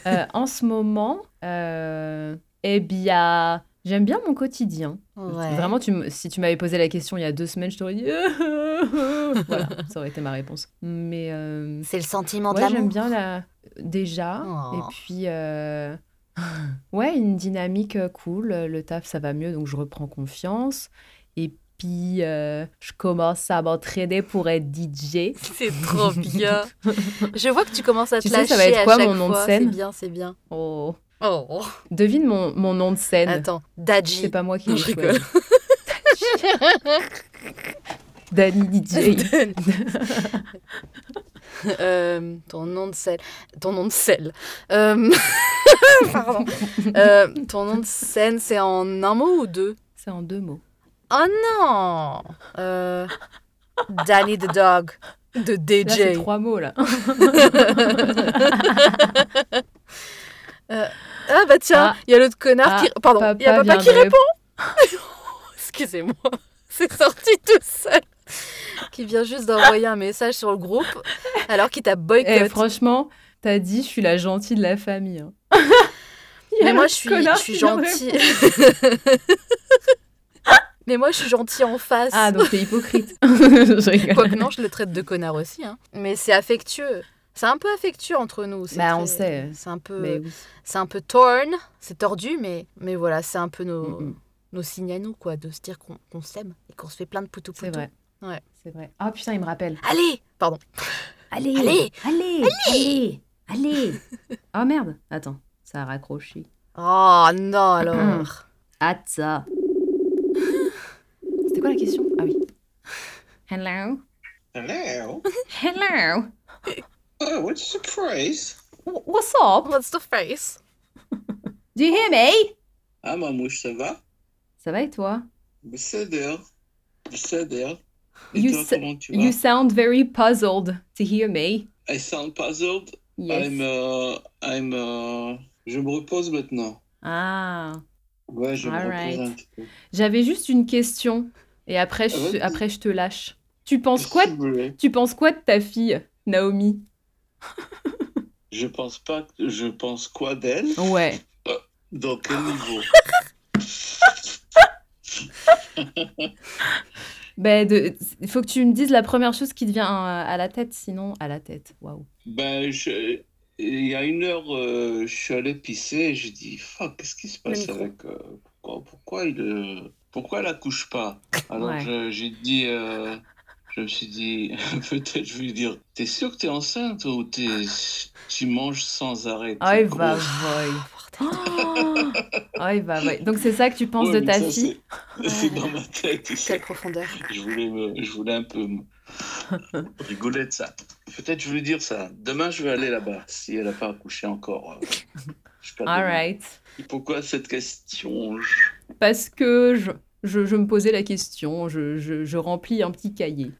[SPEAKER 5] Euh, en ce moment, euh, eh bien, j'aime bien mon quotidien.
[SPEAKER 2] Ouais.
[SPEAKER 5] Vraiment, tu me- si tu m'avais posé la question il y a deux semaines, je t'aurais dit. euh, voilà, ça aurait été ma réponse. Mais euh,
[SPEAKER 4] C'est le sentiment de
[SPEAKER 5] ouais, j'aime
[SPEAKER 4] l'amour.
[SPEAKER 5] bien la... déjà.
[SPEAKER 2] Oh.
[SPEAKER 5] Et puis, euh, ouais, une dynamique euh, cool. Le taf, ça va mieux, donc je reprends confiance. Et puis euh, je commence à m'entraîner pour être DJ.
[SPEAKER 2] C'est trop bien. Je vois que tu commences à te
[SPEAKER 5] Tu sais, ça va
[SPEAKER 2] lâcher
[SPEAKER 5] être
[SPEAKER 2] à
[SPEAKER 5] quoi,
[SPEAKER 2] chaque
[SPEAKER 5] mon nom de
[SPEAKER 2] fois.
[SPEAKER 5] scène
[SPEAKER 2] C'est bien, c'est bien.
[SPEAKER 5] Oh.
[SPEAKER 2] Oh.
[SPEAKER 5] Devine mon, mon nom de scène.
[SPEAKER 2] Attends,
[SPEAKER 5] C'est
[SPEAKER 2] Daji.
[SPEAKER 5] pas moi qui
[SPEAKER 2] Non,
[SPEAKER 5] l'ai
[SPEAKER 2] je rigole.
[SPEAKER 5] choisi. Danny DJ.
[SPEAKER 2] Euh, ton nom de sel. Ton nom de sel. Euh, Pardon. Euh, ton nom de scène, c'est en un mot ou deux
[SPEAKER 5] C'est en deux mots.
[SPEAKER 2] Oh non euh, Danny the Dog de
[SPEAKER 5] Là, c'est
[SPEAKER 2] DJ.
[SPEAKER 5] trois mots, là.
[SPEAKER 2] Ah bah tiens,
[SPEAKER 5] Ah.
[SPEAKER 2] il y a l'autre connard
[SPEAKER 5] Ah,
[SPEAKER 2] qui... Pardon, il y a papa
[SPEAKER 5] vient
[SPEAKER 2] qui
[SPEAKER 5] de
[SPEAKER 2] répond. Excusez-moi, c'est sorti tout seul. Qui vient juste d'envoyer un message sur le groupe alors qu'il t'a
[SPEAKER 5] Eh,
[SPEAKER 2] boycotté.
[SPEAKER 5] franchement, t'as dit, je suis la gentille de la famille. hein. Il y a
[SPEAKER 2] Mais moi,
[SPEAKER 5] un
[SPEAKER 2] je suis,
[SPEAKER 5] connard
[SPEAKER 2] je suis
[SPEAKER 5] qui vient de
[SPEAKER 2] gentille.
[SPEAKER 5] répondre.
[SPEAKER 2] Mais moi, je suis gentille en face.
[SPEAKER 5] Ah, donc t'es hypocrite. je rigole.
[SPEAKER 2] Quoique non, je le traite de connard aussi. hein. Mais c'est affectueux. C'est un peu affectueux entre nous. c'est
[SPEAKER 5] Bah, on
[SPEAKER 2] très-
[SPEAKER 5] sait.
[SPEAKER 2] C'est un peu,
[SPEAKER 5] Mais oui.
[SPEAKER 2] c'est un peu torn, c'est tordu, mais mais voilà, c'est un peu nos,
[SPEAKER 5] Mm, mm.
[SPEAKER 2] nos signes à nous quoi, de se dire qu'on qu'on s'aime et qu'on se fait plein de poutou
[SPEAKER 5] C'est
[SPEAKER 2] poutou.
[SPEAKER 5] vrai.
[SPEAKER 2] Ouais.
[SPEAKER 5] C'est vrai. Ah putain, il me rappelle.
[SPEAKER 2] Allez, pardon.
[SPEAKER 5] Allez
[SPEAKER 2] Allez
[SPEAKER 5] Allez Allez Allez Ah merde Attends, ça a raccroché.
[SPEAKER 2] Oh non alors.
[SPEAKER 5] Atza C'était quoi la question Ah oui. Hello
[SPEAKER 6] Hello.
[SPEAKER 5] Hello
[SPEAKER 6] Oh, what a surprise.
[SPEAKER 5] Wh- What's up
[SPEAKER 2] What's Oh, the face?
[SPEAKER 5] Do you hear me
[SPEAKER 6] Ah, mamouche, ça va
[SPEAKER 5] Ça va et toi
[SPEAKER 6] Ça dehors. Ça dehors. Et
[SPEAKER 5] You
[SPEAKER 6] toi,
[SPEAKER 5] sa-
[SPEAKER 6] comment tu vas
[SPEAKER 5] You sound very puzzled to hear me.
[SPEAKER 6] I sound puzzled. I'm,
[SPEAKER 5] Yes.
[SPEAKER 6] uh, I'm, uh, Je me repose maintenant.
[SPEAKER 5] Ah
[SPEAKER 6] Ouais, je me
[SPEAKER 5] Alright.
[SPEAKER 6] repose un petit peu.
[SPEAKER 5] J'avais juste une question et après je,
[SPEAKER 6] Vas-y.
[SPEAKER 5] après, je te lâche. Tu penses quoi
[SPEAKER 6] Si vous voulez.
[SPEAKER 5] Tu penses quoi de ta fille, Naomi
[SPEAKER 6] Je pense pas. que- Je pense quoi d'elle
[SPEAKER 5] Ouais.
[SPEAKER 6] Dans quel niveau
[SPEAKER 5] Ben, de- il faut que tu me dises la première chose qui te vient euh, à la tête, sinon à la tête. Waouh.
[SPEAKER 6] Ben, je- il y a une heure, euh, je suis allé pisser et j'ai dit, fuck, qu'est-ce qui se passe
[SPEAKER 5] micro.
[SPEAKER 6] avec... euh, pourquoi, pourquoi il... euh, pourquoi elle accouche pas? Alors
[SPEAKER 5] Ouais.
[SPEAKER 6] je- j'ai dit... euh, je me suis dit, peut-être je vais lui dire, t'es sûr que t'es enceinte ou t'es- tu manges sans arrêt?
[SPEAKER 5] Ah,
[SPEAKER 6] t'es
[SPEAKER 5] il va,
[SPEAKER 6] grosse
[SPEAKER 5] boy. Oh, Ah, il va, boy. Donc, c'est ça que tu penses
[SPEAKER 6] Ouais,
[SPEAKER 5] de
[SPEAKER 6] mais
[SPEAKER 5] ta
[SPEAKER 6] ça,
[SPEAKER 5] fille
[SPEAKER 6] c'est- C'est dans ma tête. tu sais.
[SPEAKER 2] Quelle profondeur.
[SPEAKER 6] Je voulais, me- je voulais un peu me- rigoler de ça. Peut-être je vais lui dire ça. Demain, je vais aller là-bas, si elle n'a pas accouché encore. euh, je sais pas
[SPEAKER 5] All
[SPEAKER 6] demain.
[SPEAKER 5] right.
[SPEAKER 6] Pourquoi cette question
[SPEAKER 5] Parce que je, je, je me posais la question, je, je, je remplis un petit cahier.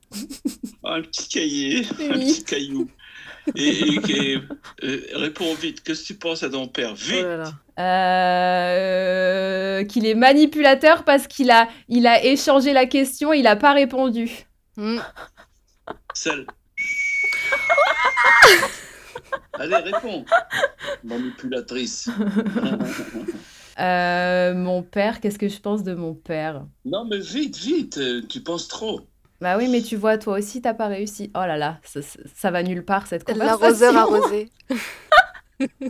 [SPEAKER 6] Ah, Un petit cahier, un petit caillou. Et, et- et- euh, réponds vite, qu'est-ce que tu penses à ton père
[SPEAKER 2] Oh
[SPEAKER 6] Vite
[SPEAKER 2] là là.
[SPEAKER 5] Euh, qu'il est manipulateur parce qu'il a, il a échangé la question et il n'a pas répondu.
[SPEAKER 2] Mm.
[SPEAKER 5] Ah,
[SPEAKER 6] Seul. Allez, réponds. Manipulatrice.
[SPEAKER 5] Euh, mon père, qu'est-ce que je pense de mon père
[SPEAKER 6] non, mais vite, vite, euh, tu penses trop.
[SPEAKER 5] Bah oui, mais tu vois, toi aussi, t'as pas réussi. Oh là là, ça, ça- ça va nulle part cette
[SPEAKER 2] L'arroseur
[SPEAKER 5] conversation.
[SPEAKER 2] arrosé.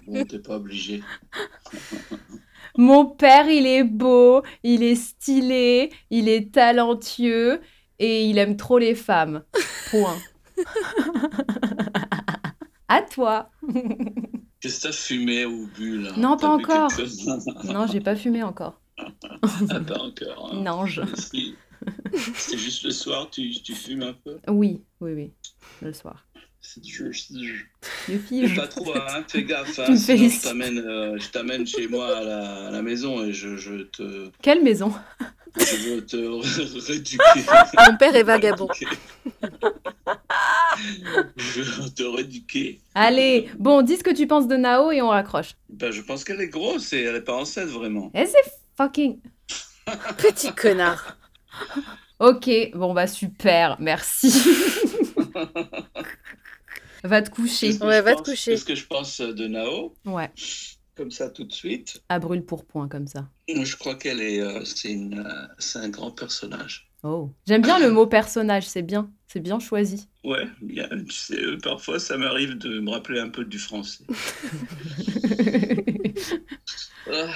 [SPEAKER 6] On t'es pas obligé.
[SPEAKER 5] Mon père, il est beau, il est stylé, il est talentueux et il aime trop les femmes. Point. à toi.
[SPEAKER 6] Qu'est-ce que t'as fumé ou bu là
[SPEAKER 5] Non,
[SPEAKER 6] T'as
[SPEAKER 5] pas
[SPEAKER 6] bu
[SPEAKER 5] encore.
[SPEAKER 6] quelque chose
[SPEAKER 5] Non, j'ai pas fumé encore.
[SPEAKER 6] Ah, pas encore. hein.
[SPEAKER 5] Non, je.
[SPEAKER 6] Si. C'est juste le soir, tu, tu fumes un peu.
[SPEAKER 5] Oui, oui, oui. Le soir.
[SPEAKER 6] C'est juste.
[SPEAKER 5] Je
[SPEAKER 6] Mais
[SPEAKER 5] fige.
[SPEAKER 6] pas trop, hein, fais gaffe. hein,
[SPEAKER 5] Tu me
[SPEAKER 6] sinon
[SPEAKER 5] félicites.
[SPEAKER 6] je t'amène, euh, je t'amène chez moi à la, à la maison et je, je te,
[SPEAKER 5] Quelle maison
[SPEAKER 6] je veux te rééduquer.
[SPEAKER 2] Mon père est vagabond.
[SPEAKER 6] je veux te rééduquer.
[SPEAKER 5] Allez, bon, dis ce que tu penses de Nao et on raccroche.
[SPEAKER 6] Ben, je pense qu'elle est grosse et elle est pas enceinte vraiment.
[SPEAKER 5] Eh, c'est fucking.
[SPEAKER 2] Petit connard.
[SPEAKER 5] Ok, bon bah super, merci. Va te coucher.
[SPEAKER 6] Qu'est-ce que
[SPEAKER 2] Ouais,
[SPEAKER 6] je
[SPEAKER 2] va te
[SPEAKER 6] pense-
[SPEAKER 2] coucher.
[SPEAKER 6] Qu'est-ce que je pense de Nao
[SPEAKER 5] Ouais,
[SPEAKER 6] Comme ça, tout de suite.
[SPEAKER 5] à brûle pour point comme ça.
[SPEAKER 6] Je crois qu'elle est. euh, c'est une, euh, c'est un grand personnage.
[SPEAKER 5] Oh. J'aime bien le mot personnage, c'est bien, c'est bien choisi.
[SPEAKER 6] Ouais, bien, tu sais, euh, parfois ça m'arrive de me rappeler un peu du français. Ah.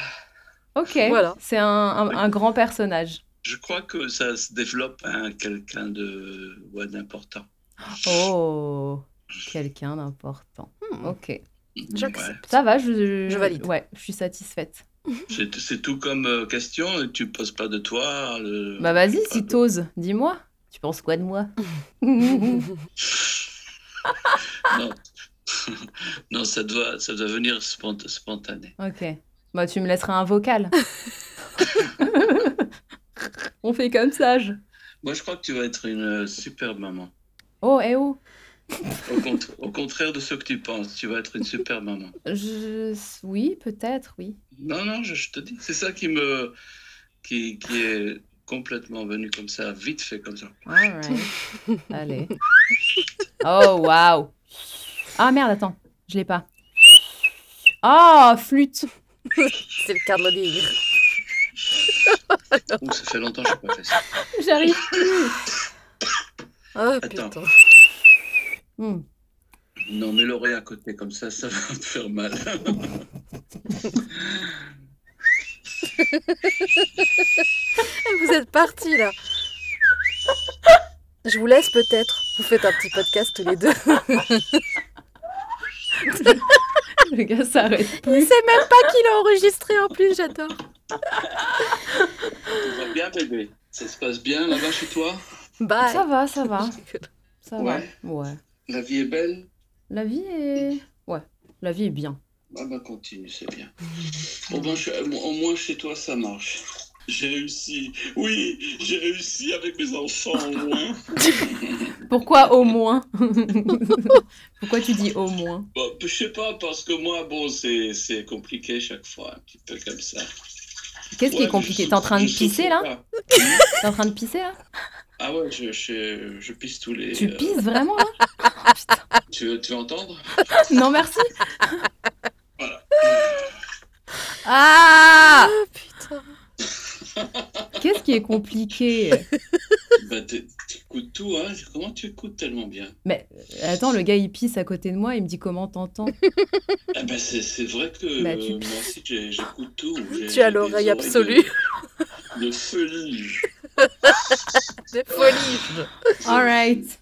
[SPEAKER 5] ok,
[SPEAKER 2] Voilà.
[SPEAKER 5] c'est un, un- un grand personnage.
[SPEAKER 6] Je crois que ça se développe à quelqu'un de ouais, d'important.
[SPEAKER 5] Oh, quelqu'un d'important.
[SPEAKER 2] Hmm.
[SPEAKER 5] Ok.
[SPEAKER 2] J'accepte.
[SPEAKER 6] Ouais.
[SPEAKER 5] Mm. Ça va, je,
[SPEAKER 2] Je valide.
[SPEAKER 5] Ouais, je suis satisfaite.
[SPEAKER 6] C'est c'est tout comme euh, question, tu poses pas de toi. le-
[SPEAKER 5] Bah vas-y,
[SPEAKER 6] pas
[SPEAKER 5] si
[SPEAKER 6] de-
[SPEAKER 5] t'oses, dis-moi. Tu penses quoi de moi
[SPEAKER 6] Non, non ça, doit, ça doit venir spont- spontané.
[SPEAKER 5] Ok. Bah tu me laisseras un vocal. On fait comme ça. je-
[SPEAKER 6] Moi, je crois que tu vas être une euh, super maman.
[SPEAKER 5] Oh, eh oh.
[SPEAKER 6] Au, cont- au contraire de ce que tu penses, tu vas être une super maman.
[SPEAKER 5] Je... Oui, peut-être, oui.
[SPEAKER 6] Non, non, je, je te dis, c'est ça qui me. Qui, qui est complètement venu comme ça, vite fait comme ça.
[SPEAKER 5] Alright. Allez. Oh, waouh. Ah merde, attends. Je l'ai pas. Ah, flûte.
[SPEAKER 2] C'est le cas de le dire.
[SPEAKER 6] Ouh, ça fait longtemps que je n'ai pas fait ça.
[SPEAKER 5] J'arrive.
[SPEAKER 2] Oh
[SPEAKER 6] Attends.
[SPEAKER 2] putain.
[SPEAKER 5] Hmm.
[SPEAKER 6] Non, mais l'oreille à côté comme ça, ça va me faire mal.
[SPEAKER 2] Eh, Vous êtes partis là. Je vous laisse peut-être. Vous faites un petit podcast tous les deux.
[SPEAKER 5] Le gars s'arrête.
[SPEAKER 2] Il sait même pas qu'il a enregistré en plus, j'adore.
[SPEAKER 6] Ça va bien, bébé Ça se passe bien là-bas chez toi
[SPEAKER 2] Bye.
[SPEAKER 5] Ça va, ça va. Ça
[SPEAKER 6] Ouais.
[SPEAKER 5] va. Ouais.
[SPEAKER 6] La vie est belle
[SPEAKER 5] La vie est. Ouais. La vie est bien.
[SPEAKER 6] Ah bah continue, c'est bien. Au moins, chez- au moins chez toi, ça marche. J'ai réussi. Oui, j'ai réussi avec mes enfants au moins.
[SPEAKER 5] Pourquoi au moins Pourquoi tu dis au moins
[SPEAKER 6] Bon, je sais pas, parce que moi, bon, c'est c'est compliqué chaque fois, un petit peu comme ça.
[SPEAKER 5] Qu'est-ce qui
[SPEAKER 6] Ouais,
[SPEAKER 5] est
[SPEAKER 6] je
[SPEAKER 5] compliqué
[SPEAKER 6] sou-
[SPEAKER 5] T'es en train de
[SPEAKER 6] je souffre
[SPEAKER 5] pisser là
[SPEAKER 6] pas.
[SPEAKER 5] T'es en train de pisser là
[SPEAKER 6] Ah ouais, je, je, je pisse tous les.
[SPEAKER 5] Tu
[SPEAKER 6] euh,
[SPEAKER 5] pisses vraiment là Oh, putain.
[SPEAKER 6] tu, veux, tu veux entendre
[SPEAKER 5] Non merci.
[SPEAKER 6] Voilà.
[SPEAKER 5] Ah
[SPEAKER 2] putain.
[SPEAKER 5] Qu'est-ce qui est compliqué
[SPEAKER 6] Bah, t'é- t'écoutes tout, hein Comment tu écoutes tellement bien
[SPEAKER 5] Mais euh, attends, le gars il pisse à côté de moi, il me dit comment t'entends
[SPEAKER 6] Ah bah, c'est c'est vrai que
[SPEAKER 5] Bah, tu
[SPEAKER 6] euh, moi aussi, j'ai- j'écoute tout. J'ai-
[SPEAKER 2] Tu as
[SPEAKER 6] j'ai des
[SPEAKER 2] l'oreille
[SPEAKER 6] oreilles
[SPEAKER 2] absolue.
[SPEAKER 6] De, de folie.
[SPEAKER 2] C'est folie.
[SPEAKER 5] Alright.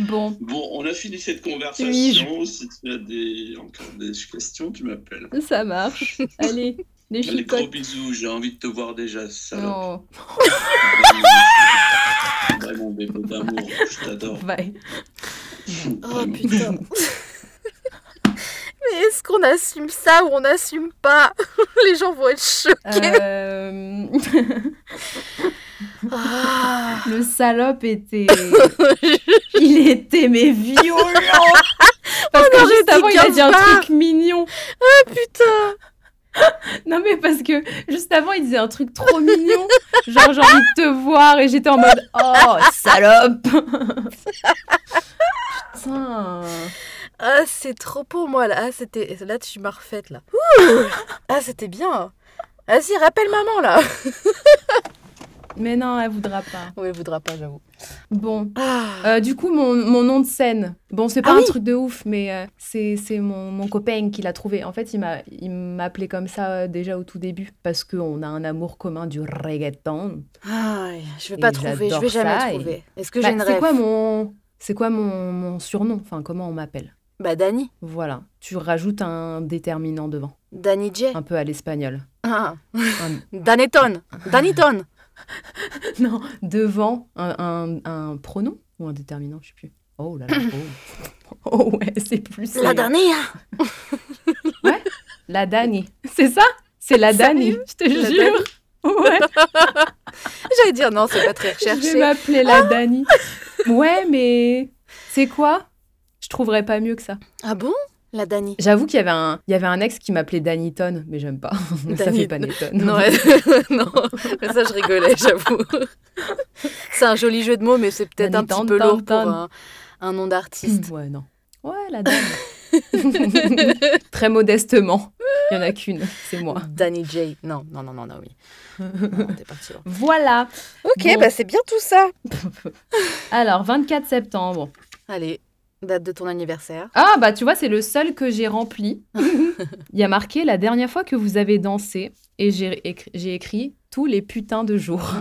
[SPEAKER 5] bon,
[SPEAKER 6] Bon, on a fini cette
[SPEAKER 5] Oui,
[SPEAKER 6] conversation. Si tu as des, encore des questions, tu m'appelles.
[SPEAKER 5] ça marche. Allez, les
[SPEAKER 6] Allez, gros
[SPEAKER 5] chicotes.
[SPEAKER 6] bisous, j'ai envie de te voir déjà,
[SPEAKER 2] Oh.
[SPEAKER 6] salope.
[SPEAKER 5] Non.
[SPEAKER 6] Vraiment, bébé d'amour, je t'adore.
[SPEAKER 5] Bye.
[SPEAKER 2] Oh
[SPEAKER 6] Vraiment.
[SPEAKER 2] putain. Mais est-ce qu'on assume ça ou on assume pas Les gens vont être choqués.
[SPEAKER 5] Euh,
[SPEAKER 2] Ah.
[SPEAKER 5] le salope était. Il était mais violent. Parce que
[SPEAKER 2] aurait
[SPEAKER 5] juste
[SPEAKER 2] dit
[SPEAKER 5] avant il a dit un
[SPEAKER 2] 15 barres.
[SPEAKER 5] truc mignon.
[SPEAKER 2] Putain.
[SPEAKER 5] Non mais parce que juste avant il disait un truc trop mignon. Genre j'ai envie de te voir et j'étais en mode oh salope. Putain.
[SPEAKER 2] Ah, c'est trop pour moi là. Ah, c'était là tu m'as refaite là. Ouh. Ah, c'était bien. Vas-y, rappelle maman là.
[SPEAKER 5] Mais non elle voudra pas.
[SPEAKER 2] Oui, elle voudra pas, j'avoue.
[SPEAKER 5] Bon.
[SPEAKER 2] Ah.
[SPEAKER 5] Euh, du coup, mon, mon nom de scène, bon, c'est pas
[SPEAKER 2] Ah
[SPEAKER 5] un
[SPEAKER 2] oui.
[SPEAKER 5] truc de ouf, mais euh, c'est c'est mon, mon copain qui l'a trouvé. En fait, il m'a- il m'appelait comme ça euh, déjà au tout début, parce qu'on a un amour commun du reggaeton.
[SPEAKER 2] Aïe, je vais
[SPEAKER 5] Et
[SPEAKER 2] pas trouver, je
[SPEAKER 5] j'adore
[SPEAKER 2] vais jamais
[SPEAKER 5] ça, et-
[SPEAKER 2] trouver. Est-ce que
[SPEAKER 5] Bah,
[SPEAKER 2] j'ai une
[SPEAKER 5] c'est
[SPEAKER 2] rêve
[SPEAKER 5] quoi mon, c'est quoi mon, mon surnom Enfin, comment on m'appelle
[SPEAKER 2] Bah, Dani.
[SPEAKER 5] Voilà, tu rajoutes un déterminant devant,
[SPEAKER 2] Danny J.
[SPEAKER 5] un peu à l'espagnol.
[SPEAKER 2] Ah.
[SPEAKER 5] Un-
[SPEAKER 2] Daneton. Daniton.
[SPEAKER 5] non, devant un, un- un pronom ou un déterminant, je sais plus. Oh là là, oh, Oh ouais, c'est plus...
[SPEAKER 4] La dernière
[SPEAKER 5] La Dani. C'est ça C'est la Dani, je te
[SPEAKER 2] La
[SPEAKER 5] jure. Ouais,
[SPEAKER 2] J'allais dire non, c'est pas très
[SPEAKER 5] je vais
[SPEAKER 2] recherché.
[SPEAKER 5] m'appeler la Dani. Ouais, mais c'est quoi Je trouverais pas mieux que ça.
[SPEAKER 2] Ah bon La Dani.
[SPEAKER 5] J'avoue qu'il y avait un, il y avait un ex qui m'appelait Daniton, mais j'aime pas. ça
[SPEAKER 2] Dani-
[SPEAKER 5] fait pas Nathan.
[SPEAKER 2] Non, elle- non, mais ça je rigolais, j'avoue. C'est un joli jeu de mots, mais c'est peut-être un petit
[SPEAKER 5] Daniton,
[SPEAKER 2] peu lourd pour
[SPEAKER 5] Danton.
[SPEAKER 2] un, un nom d'artiste.
[SPEAKER 5] ouais, non. Ouais, la Dani. Très modestement. Il y en a qu'une, c'est moi.
[SPEAKER 2] Danny J. Non, non, non, non, non, oui. Non, on est parti loin.
[SPEAKER 5] Voilà.
[SPEAKER 2] Ok,
[SPEAKER 5] Bon.
[SPEAKER 2] bah c'est bien tout ça.
[SPEAKER 5] Alors, 24 septembre.
[SPEAKER 2] Allez, date de ton anniversaire.
[SPEAKER 5] Ah bah tu vois, c'est le seul que j'ai rempli. Il y a marqué la dernière fois que vous avez dansé et j'ai écri- j'ai écrit tous les putains de jours.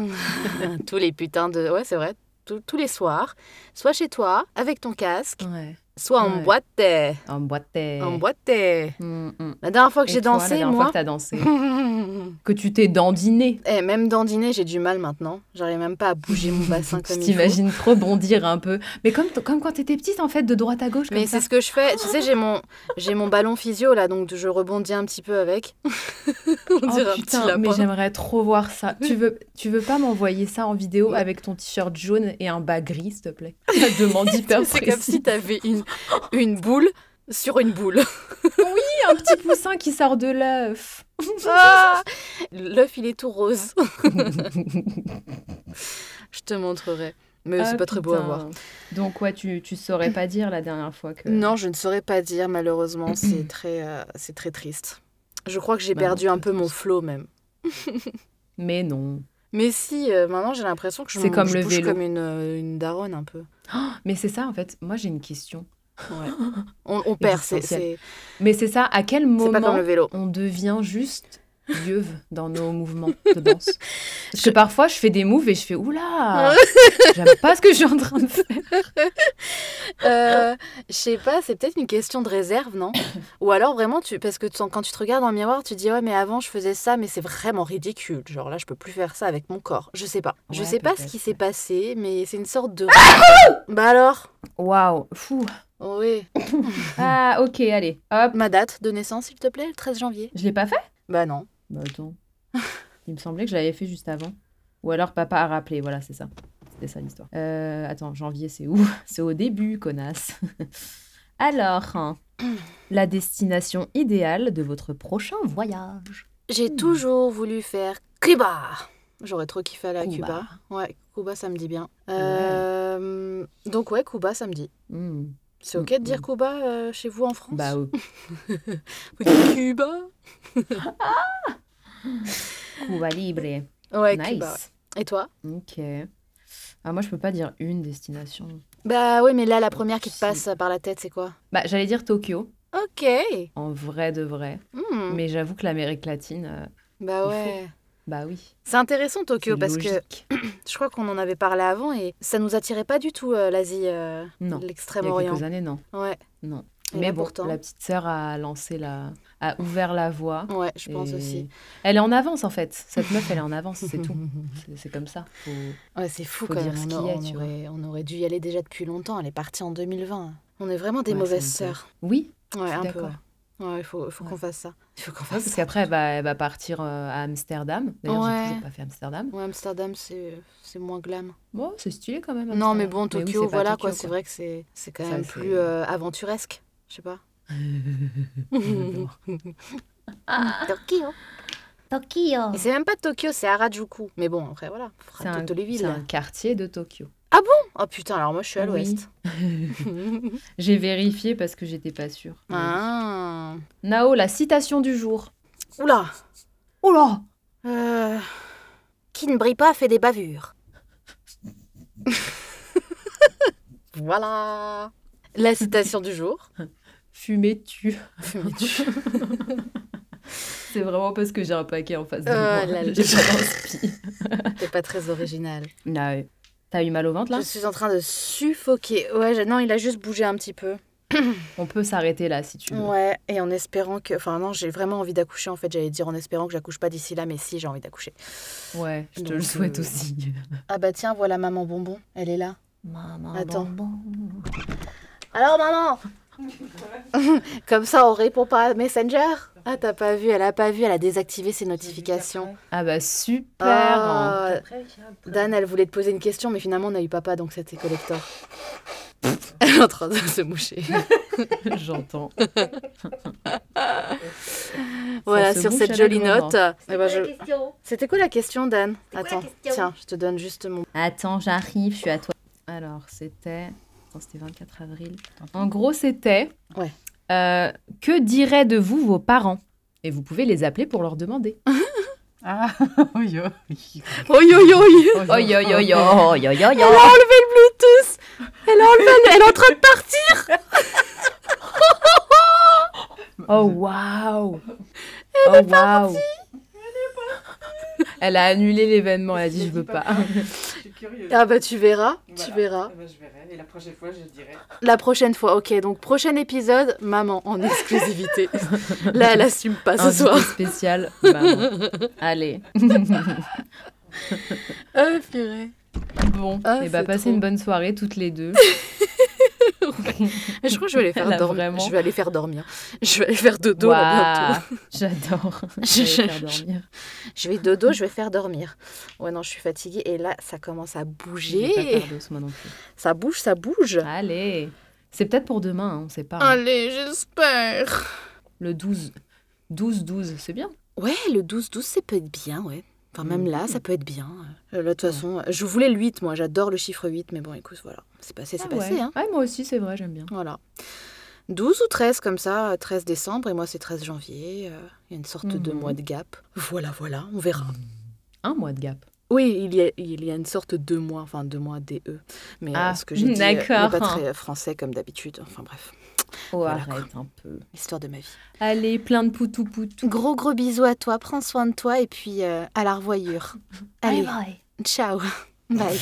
[SPEAKER 2] tous les putains de. Ouais, c'est vrai. Tous- tous les soirs. Soit chez toi, avec ton casque,
[SPEAKER 5] Ouais.
[SPEAKER 2] soit en
[SPEAKER 5] Ouais.
[SPEAKER 2] boîte. euh,
[SPEAKER 5] En boîte.
[SPEAKER 2] En boîte. euh.
[SPEAKER 5] Mm, mm.
[SPEAKER 2] La dernière fois que
[SPEAKER 5] Et
[SPEAKER 2] j'ai
[SPEAKER 5] toi, la
[SPEAKER 2] dansé,
[SPEAKER 5] dernière fois
[SPEAKER 2] moi.
[SPEAKER 5] que t'as dansé. que tu t'es dandiné.
[SPEAKER 2] Eh, même dans dîner, j'ai du mal maintenant. J'arrive même pas à bouger mon bassin
[SPEAKER 5] Tu
[SPEAKER 2] comme il faut.
[SPEAKER 5] t'imagines trop bondir un peu. Mais comme, t- comme quand t'étais petite, en fait, de droite à gauche. Comme
[SPEAKER 2] Mais
[SPEAKER 5] ça.
[SPEAKER 2] c'est ce que je fais. Tu sais, j'ai mon, j'ai mon ballon physio là, donc je rebondis un petit peu avec. On
[SPEAKER 5] Oh,
[SPEAKER 2] dirait un
[SPEAKER 5] putain,
[SPEAKER 2] petit lapin.
[SPEAKER 5] mais j'aimerais trop voir ça. tu, veux, tu veux pas m'envoyer ça en vidéo avec ton t-shirt jaune et un bas gris, s'il te plaît Ça demande hyper
[SPEAKER 2] C'est comme
[SPEAKER 5] précis.
[SPEAKER 2] si t'avais une, une boule sur une boule.
[SPEAKER 5] un petit poussin qui sort de l'œuf.
[SPEAKER 2] Ah L'œuf, il est tout rose. Je te montrerai. Mais
[SPEAKER 5] Ah,
[SPEAKER 2] c'est pas très beau à
[SPEAKER 5] putain.
[SPEAKER 2] voir.
[SPEAKER 5] Donc, ouais, tu, tu saurais pas dire la dernière fois que.
[SPEAKER 2] Non, je ne saurais pas dire, malheureusement. C'est très, euh, c'est très triste. Je crois que j'ai
[SPEAKER 5] Bah non,
[SPEAKER 2] perdu
[SPEAKER 5] c'est
[SPEAKER 2] un
[SPEAKER 5] pas
[SPEAKER 2] peu mon
[SPEAKER 5] triste.
[SPEAKER 2] flow même.
[SPEAKER 5] Mais non.
[SPEAKER 2] Mais si, euh, maintenant j'ai l'impression que je,
[SPEAKER 5] C'est
[SPEAKER 2] me-
[SPEAKER 5] comme
[SPEAKER 2] je
[SPEAKER 5] le
[SPEAKER 2] bouge
[SPEAKER 5] vélo.
[SPEAKER 2] comme une, euh, une daronne un peu.
[SPEAKER 5] Mais c'est ça, en fait. Moi, j'ai une question.
[SPEAKER 2] On, on perd, c'est
[SPEAKER 5] Existentiel.
[SPEAKER 2] c'est-
[SPEAKER 5] Mais c'est ça, à quel
[SPEAKER 2] c'est
[SPEAKER 5] moment
[SPEAKER 2] pas comme le vélo.
[SPEAKER 5] on devient juste vieux dans nos mouvements de danse. Parce que parfois, je fais des moves et je fais oula, j'aime pas ce que je suis en train de faire.
[SPEAKER 2] Euh, je sais pas, c'est peut-être une question de réserve, non Ou alors vraiment, tu, parce que tu- quand tu te regardes dans le miroir, tu dis ouais, mais avant je faisais ça, mais c'est vraiment ridicule. Genre là, je peux plus faire ça avec mon corps. Je sais pas. Je
[SPEAKER 5] Ouais,
[SPEAKER 2] sais pas ce
[SPEAKER 5] peut-être,
[SPEAKER 2] qui s'est
[SPEAKER 5] ouais.
[SPEAKER 2] passé, mais c'est une sorte de. bah alors
[SPEAKER 5] Waouh, fou.
[SPEAKER 2] Oui.
[SPEAKER 5] Ah, ok, allez, hop.
[SPEAKER 2] Ma date de naissance, s'il te plaît, le 13 janvier.
[SPEAKER 5] Je l'ai pas fait
[SPEAKER 2] Bah non.
[SPEAKER 5] Bah attends. Il me semblait que je l'avais fait juste avant. Ou alors papa a rappelé, voilà, c'est ça. C'était ça l'histoire. Euh, attends, janvier, c'est où C'est au début, connasse. alors, hein, la destination idéale de votre prochain voyage.
[SPEAKER 2] J'ai
[SPEAKER 5] Hmm.
[SPEAKER 2] toujours voulu faire Cuba. J'aurais trop kiffé aller à Cuba.
[SPEAKER 5] Cuba.
[SPEAKER 2] Ouais, Cuba, ça me dit bien. Euh, Donc ouais, Cuba, ça me dit.
[SPEAKER 5] Hmm.
[SPEAKER 2] C'est ok de dire Cuba euh, chez vous en France
[SPEAKER 5] Bah, au
[SPEAKER 2] Vous dites Cuba
[SPEAKER 5] Cuba Libre.
[SPEAKER 2] Ouais,
[SPEAKER 5] nice.
[SPEAKER 2] Cuba. ouais. Et toi
[SPEAKER 5] Ok. Ah, moi, je peux pas dire une destination.
[SPEAKER 2] Bah oui, mais là, la première qui te
[SPEAKER 5] Si.
[SPEAKER 2] passe par la tête, c'est quoi
[SPEAKER 5] Bah, j'allais dire Tokyo,
[SPEAKER 2] Ok.
[SPEAKER 5] en vrai de vrai.
[SPEAKER 2] Hmm.
[SPEAKER 5] Mais j'avoue que l'Amérique latine, euh,
[SPEAKER 2] Bah
[SPEAKER 5] faut.
[SPEAKER 2] ouais.
[SPEAKER 5] bah oui.
[SPEAKER 2] C'est intéressant Tokyo
[SPEAKER 5] c'est
[SPEAKER 2] parce que
[SPEAKER 5] logique.
[SPEAKER 2] je crois qu'on en avait parlé avant et ça nous attirait pas du tout euh, l'Asie, euh,
[SPEAKER 5] Non, Il y a
[SPEAKER 2] l'extrême-orient.
[SPEAKER 5] quelques années, non.
[SPEAKER 2] Ouais.
[SPEAKER 5] Non.
[SPEAKER 2] Et
[SPEAKER 5] Mais
[SPEAKER 2] là,
[SPEAKER 5] bon,
[SPEAKER 2] pourtant.
[SPEAKER 5] la petite sœur a lancé la... a ouvert la voie.
[SPEAKER 2] Ouais, Mm, je pense
[SPEAKER 5] et-
[SPEAKER 2] aussi.
[SPEAKER 5] Elle est en avance, en fait. Cette meuf, elle est en avance, c'est tout. C'est- C'est comme ça. Faut-
[SPEAKER 2] Ouais, c'est fou
[SPEAKER 5] Faut
[SPEAKER 2] quand
[SPEAKER 5] dire
[SPEAKER 2] même.
[SPEAKER 5] ce
[SPEAKER 2] on,
[SPEAKER 5] qu'il y a,
[SPEAKER 2] on
[SPEAKER 5] tu vois.
[SPEAKER 2] aurait, on aurait dû y aller déjà depuis longtemps. Elle est partie en 2020. On est vraiment des
[SPEAKER 5] Ouais,
[SPEAKER 2] mauvaises
[SPEAKER 5] c'est un peu-
[SPEAKER 2] sœurs.
[SPEAKER 5] Oui,
[SPEAKER 2] Ouais,
[SPEAKER 5] suis
[SPEAKER 2] un peu.
[SPEAKER 5] d'accord.
[SPEAKER 2] Ouais, Ouais, il faut, faut
[SPEAKER 5] Ouais.
[SPEAKER 2] qu'on fasse ça. Il faut qu'on fasse
[SPEAKER 5] parce
[SPEAKER 2] ça.
[SPEAKER 5] qu'après, elle va, elle va partir euh, à Amsterdam. D'ailleurs,
[SPEAKER 2] Ouais.
[SPEAKER 5] j'ai toujours pas fait Amsterdam.
[SPEAKER 2] Ouais, Amsterdam, c'est c'est moins glam.
[SPEAKER 5] Bon, c'est stylé quand même.
[SPEAKER 2] Non,
[SPEAKER 5] Amsterdam.
[SPEAKER 2] mais bon, Tokyo,
[SPEAKER 5] oui, c'est pas
[SPEAKER 2] voilà
[SPEAKER 5] Tokyo,
[SPEAKER 2] quoi. C'est vrai que c'est c'est quand
[SPEAKER 5] Ça,
[SPEAKER 2] même
[SPEAKER 5] c'est-
[SPEAKER 2] plus euh, aventuresque. Je sais pas.
[SPEAKER 4] Tokyo. Tokyo.
[SPEAKER 2] Et c'est même pas Tokyo, c'est Harajuku. Mais bon, après voilà.
[SPEAKER 5] C'est un,
[SPEAKER 2] Toutes les villes.
[SPEAKER 5] c'est un quartier de Tokyo.
[SPEAKER 2] Oh putain, alors moi je suis à
[SPEAKER 5] Oui.
[SPEAKER 2] l'ouest.
[SPEAKER 5] J'ai vérifié parce que j'étais pas sûre.
[SPEAKER 2] ah.
[SPEAKER 5] Nao, la citation du jour.
[SPEAKER 2] Oula.
[SPEAKER 5] Oh là
[SPEAKER 2] Euh,
[SPEAKER 4] Qui ne brille pas fait des bavures.
[SPEAKER 2] voilà. La citation du jour.
[SPEAKER 5] Fumais-tu
[SPEAKER 2] Fumais-tu.
[SPEAKER 5] C'est vraiment parce que j'ai un paquet en face de
[SPEAKER 2] Oh
[SPEAKER 5] moi.
[SPEAKER 2] là là.
[SPEAKER 5] J'ai pas d'inspi.
[SPEAKER 2] T'es pas très original.
[SPEAKER 5] Nao, t'as eu mal au ventre là
[SPEAKER 2] Je suis en train de suffoquer. Ouais, j'ai- non, il a juste bougé un petit peu.
[SPEAKER 5] On peut s'arrêter là si tu veux.
[SPEAKER 2] Ouais, et en espérant que. Enfin, non, j'ai vraiment envie d'accoucher en fait. J'allais dire en espérant que j'accouche pas d'ici là, mais si, j'ai envie d'accoucher.
[SPEAKER 5] Ouais, je te
[SPEAKER 2] Donc,
[SPEAKER 5] le souhaite
[SPEAKER 2] euh,
[SPEAKER 5] aussi.
[SPEAKER 2] Ah bah tiens, voilà maman bonbon. Elle est là.
[SPEAKER 4] Maman.
[SPEAKER 2] Attends.
[SPEAKER 4] bonbon.
[SPEAKER 2] Alors maman Comme ça, on répond pas à Messenger Ah, t'as pas vu, elle a pas vu, elle a désactivé ses notifications.
[SPEAKER 5] Ah bah super hein.
[SPEAKER 2] Ah, Dan, elle voulait te poser une question, mais finalement, on a eu papa, donc c'était collector. elle est en train de se moucher.
[SPEAKER 5] hein. J'entends.
[SPEAKER 2] voilà,
[SPEAKER 5] se
[SPEAKER 2] sur
[SPEAKER 5] mouche
[SPEAKER 2] cette
[SPEAKER 5] à la
[SPEAKER 2] jolie
[SPEAKER 5] grandeur.
[SPEAKER 2] note. eh ben, je- C'était quoi la question, Dan Attends, tiens, je te donne juste mon.
[SPEAKER 5] Attends, j'arrive, je suis à toi. Alors, c'était. Attends, c'était 24 avril. En gros, c'était.
[SPEAKER 2] Ouais.
[SPEAKER 5] euh, que diraient de vous vos parents Et vous pouvez les appeler pour leur demander.
[SPEAKER 7] Ah, oui, oui.
[SPEAKER 2] Oh yo yo yo
[SPEAKER 7] Oh,
[SPEAKER 5] Oi, oi, oi, oi, oi, oi, oi.
[SPEAKER 2] Elle est enlevée, elle est en train de partir
[SPEAKER 5] Oh, waouh Oh, waouh Elle a annulé l'événement, elle a dit je veux pas.
[SPEAKER 7] Je suis curieuse.
[SPEAKER 2] Ah bah tu verras, tu
[SPEAKER 7] Voilà.
[SPEAKER 2] verras.
[SPEAKER 7] Eh ben, je verrai. Et la prochaine fois, je dirai.
[SPEAKER 2] La prochaine fois, ok. Donc prochain épisode, maman en exclusivité. Là, elle assume pas ce
[SPEAKER 5] Un
[SPEAKER 2] soir.
[SPEAKER 5] dîner spécial. bah, maman. Allez.
[SPEAKER 2] Ah purée.
[SPEAKER 5] Bon,
[SPEAKER 2] Ah,
[SPEAKER 5] et bah
[SPEAKER 2] c'est
[SPEAKER 5] passez
[SPEAKER 2] trop.
[SPEAKER 5] une bonne soirée toutes les deux.
[SPEAKER 2] Mais je crois que je vais aller faire
[SPEAKER 5] Là,
[SPEAKER 2] dormir.
[SPEAKER 5] vraiment.
[SPEAKER 2] Je vais aller faire dormir. Je vais aller faire dodo là bientôt.
[SPEAKER 5] Waouh, J'adore.
[SPEAKER 2] Je-
[SPEAKER 5] Je vais faire
[SPEAKER 2] je-
[SPEAKER 5] dormir.
[SPEAKER 2] Je vais dodo, je vais faire dormir. Ouais non, je suis fatiguée et là ça commence à
[SPEAKER 5] J'ai pas
[SPEAKER 2] bouger.
[SPEAKER 5] peur de ce, moi non plus.
[SPEAKER 2] Ça bouge, ça bouge.
[SPEAKER 5] Allez. C'est peut-être pour demain, hein, on sait pas. hein.
[SPEAKER 2] Allez, j'espère.
[SPEAKER 5] Le 12. 12 12, c'est bien.
[SPEAKER 2] Ouais, le 12-12, ça peut être bien, ouais. Enfin, même là, ça peut être bien. Euh, là, de toute
[SPEAKER 5] Mm-hmm. Ouais.
[SPEAKER 2] façon, je voulais le 8, moi, j'adore le chiffre 8, mais bon, écoute, voilà. C'est passé, c'est
[SPEAKER 5] Ah
[SPEAKER 2] passé,
[SPEAKER 5] ouais.
[SPEAKER 2] hein.
[SPEAKER 5] Ouais, moi aussi, c'est vrai, j'aime bien.
[SPEAKER 2] Voilà. 12 ou 13 comme ça, 13 décembre, et moi c'est 13 janvier. euh, Il y a une sorte de
[SPEAKER 5] Mhm.
[SPEAKER 2] mois de gap. Voilà, voilà, on verra.
[SPEAKER 5] Un mois de gap.
[SPEAKER 2] Oui, il y a, il y a une sorte de mois, enfin deux mois DE. Mais euh,
[SPEAKER 5] Ah,
[SPEAKER 2] ce que j'ai dit euh, n'est pas
[SPEAKER 5] d'accord.
[SPEAKER 2] très français comme d'habitude. Enfin bref,
[SPEAKER 5] Oh,
[SPEAKER 2] Voilà,
[SPEAKER 5] arrête un peu.
[SPEAKER 2] l'histoire de ma vie.
[SPEAKER 5] Allez, plein de poutou poutou.
[SPEAKER 4] Gros gros bisous à toi, prends soin de toi et puis euh, à la revoyure. Allez, ciao. Bye.